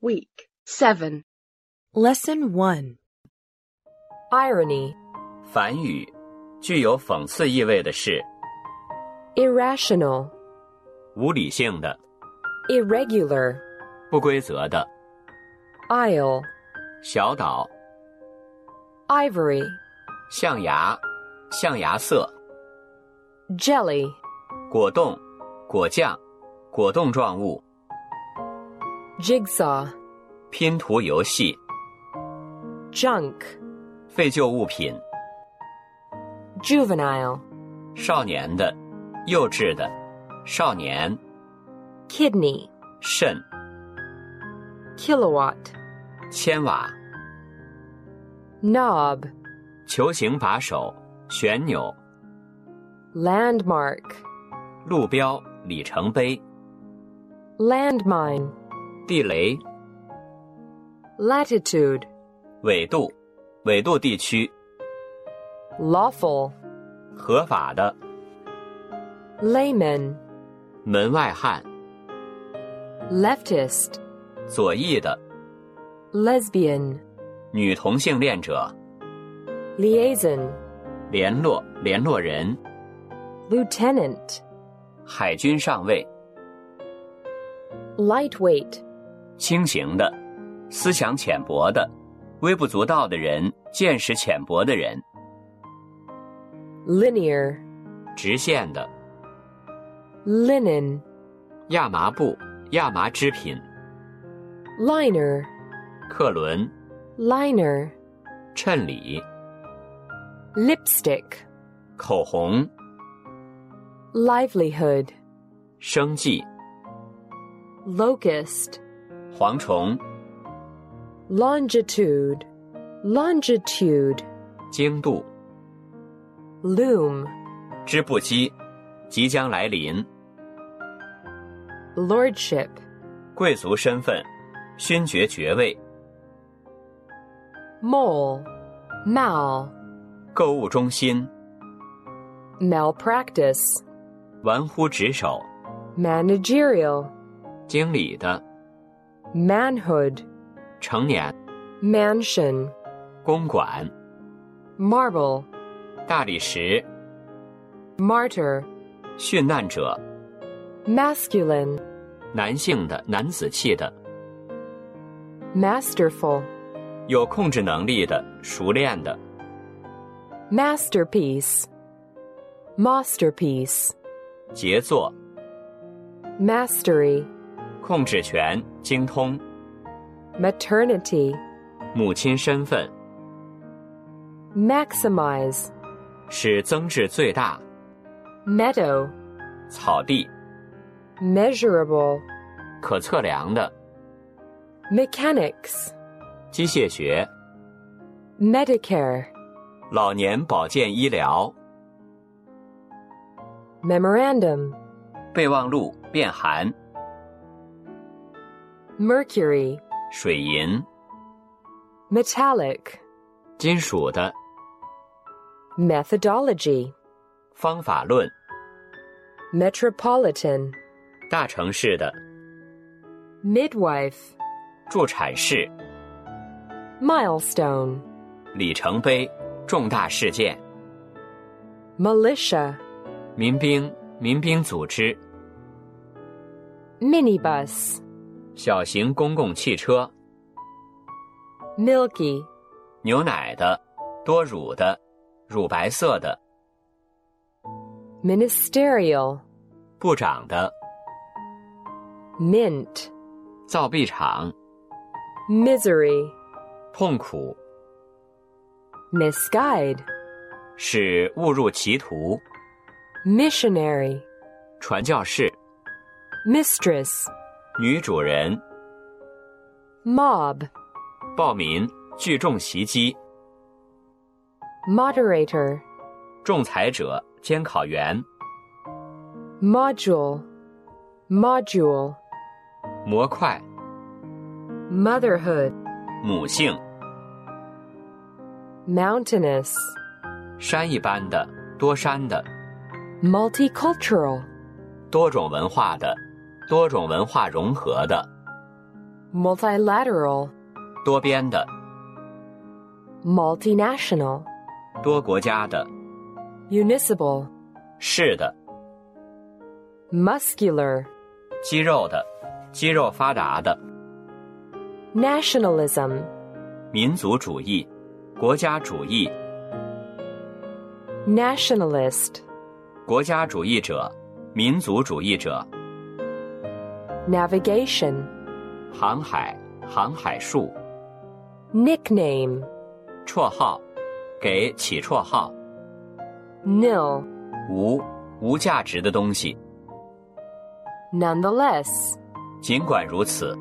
Week 7. Lesson 1 irony, 反语具有讽刺意味的是 irrational, 无理性的、 irregular, 不规则的。 isle, 小岛、 ivory, 象牙、象牙色、 jelly, 果冻、果酱、果冻状物、 jigsaw, 拼图游戏、 junk, 废旧物品、 juvenile, 少年的、幼稚的、少年、 kidney, 肾、 kilowatt, 千瓦、 knob, 球形把手、旋钮、 landmark, 路标、里程碑、 landmine, 地雷、 latitude, 纬度、纬度地区、 lawful, 合法的、 layman, 门外汉、 leftist, 左翼的、 lesbian, 女同性恋者、 liaison, 联络联络人、 lieutenant, 海军上尉、 lightweight, 轻型的、思想浅薄的、微不足道的人、见识浅薄的人、 linear, 直线的、 linen, 亚麻布、亚麻织品、 liner, 客轮、 liner, 衬里、 lipstick, 口红、 livelihood, 生计、 locust, 蝗虫、 longitude, longitude, 经度、 loom, 织布机，即将来临。 lordship, 贵族身份、勋爵爵位、 mole, mal, 购物中心、 malpractice, 玩忽职守、 managerial, 经理的、 manhood, 成年、 mansion, 公馆、 marble, 大理石、 martyr, 殉难者、 masculine, 男性的、男子气的、 masterful, 有控制能力的、熟练的、 masterpiece, masterpiece, 杰作、 mastery, 控制权、精通、 maternity, 母亲身份， maximize, 使增至最大、 meadow, 草地、 measurable, 可测量的、 mechanics, 机械学、 Medicare, 老年保健医疗、 memorandum, 备忘录、变寒、 mercury, 水银、 metallic, 金属的、 methodology, 方法论、 metropolitan, 大城市的、 midwife, 助产士、 milestone, 里程碑、重大事件、 militia, 民兵、民兵组织、 minibus, 小型公共汽车、 milky, 牛奶的、多乳的、乳白色的、 ministerial, 部长的、 mint, 造币厂、 misery, 痛苦、 misguide, 使误入歧途、 missionary, 传教士、 mistress, 女主人、 mob, 暴民、聚众袭击、 moderator, 仲裁者、监考员、 module, module, 模块、 motherhood, 母性、 mountainous, 山一般的、多山的。 multicultural, 多种文化的、多种文化融合的 multilateral, 多边的、 multinational, 多国家的、 municipal, 市的、 muscular, 肌肉的、肌肉发达的、 nationalism, 民族主义、国家主义、 nationalist, 国家主义者、民族主义者、 navigation, 航海、航海术、 nickname, 绰号，给起绰号， nil, 无无价值的东西。 nonetheless, 尽管如此，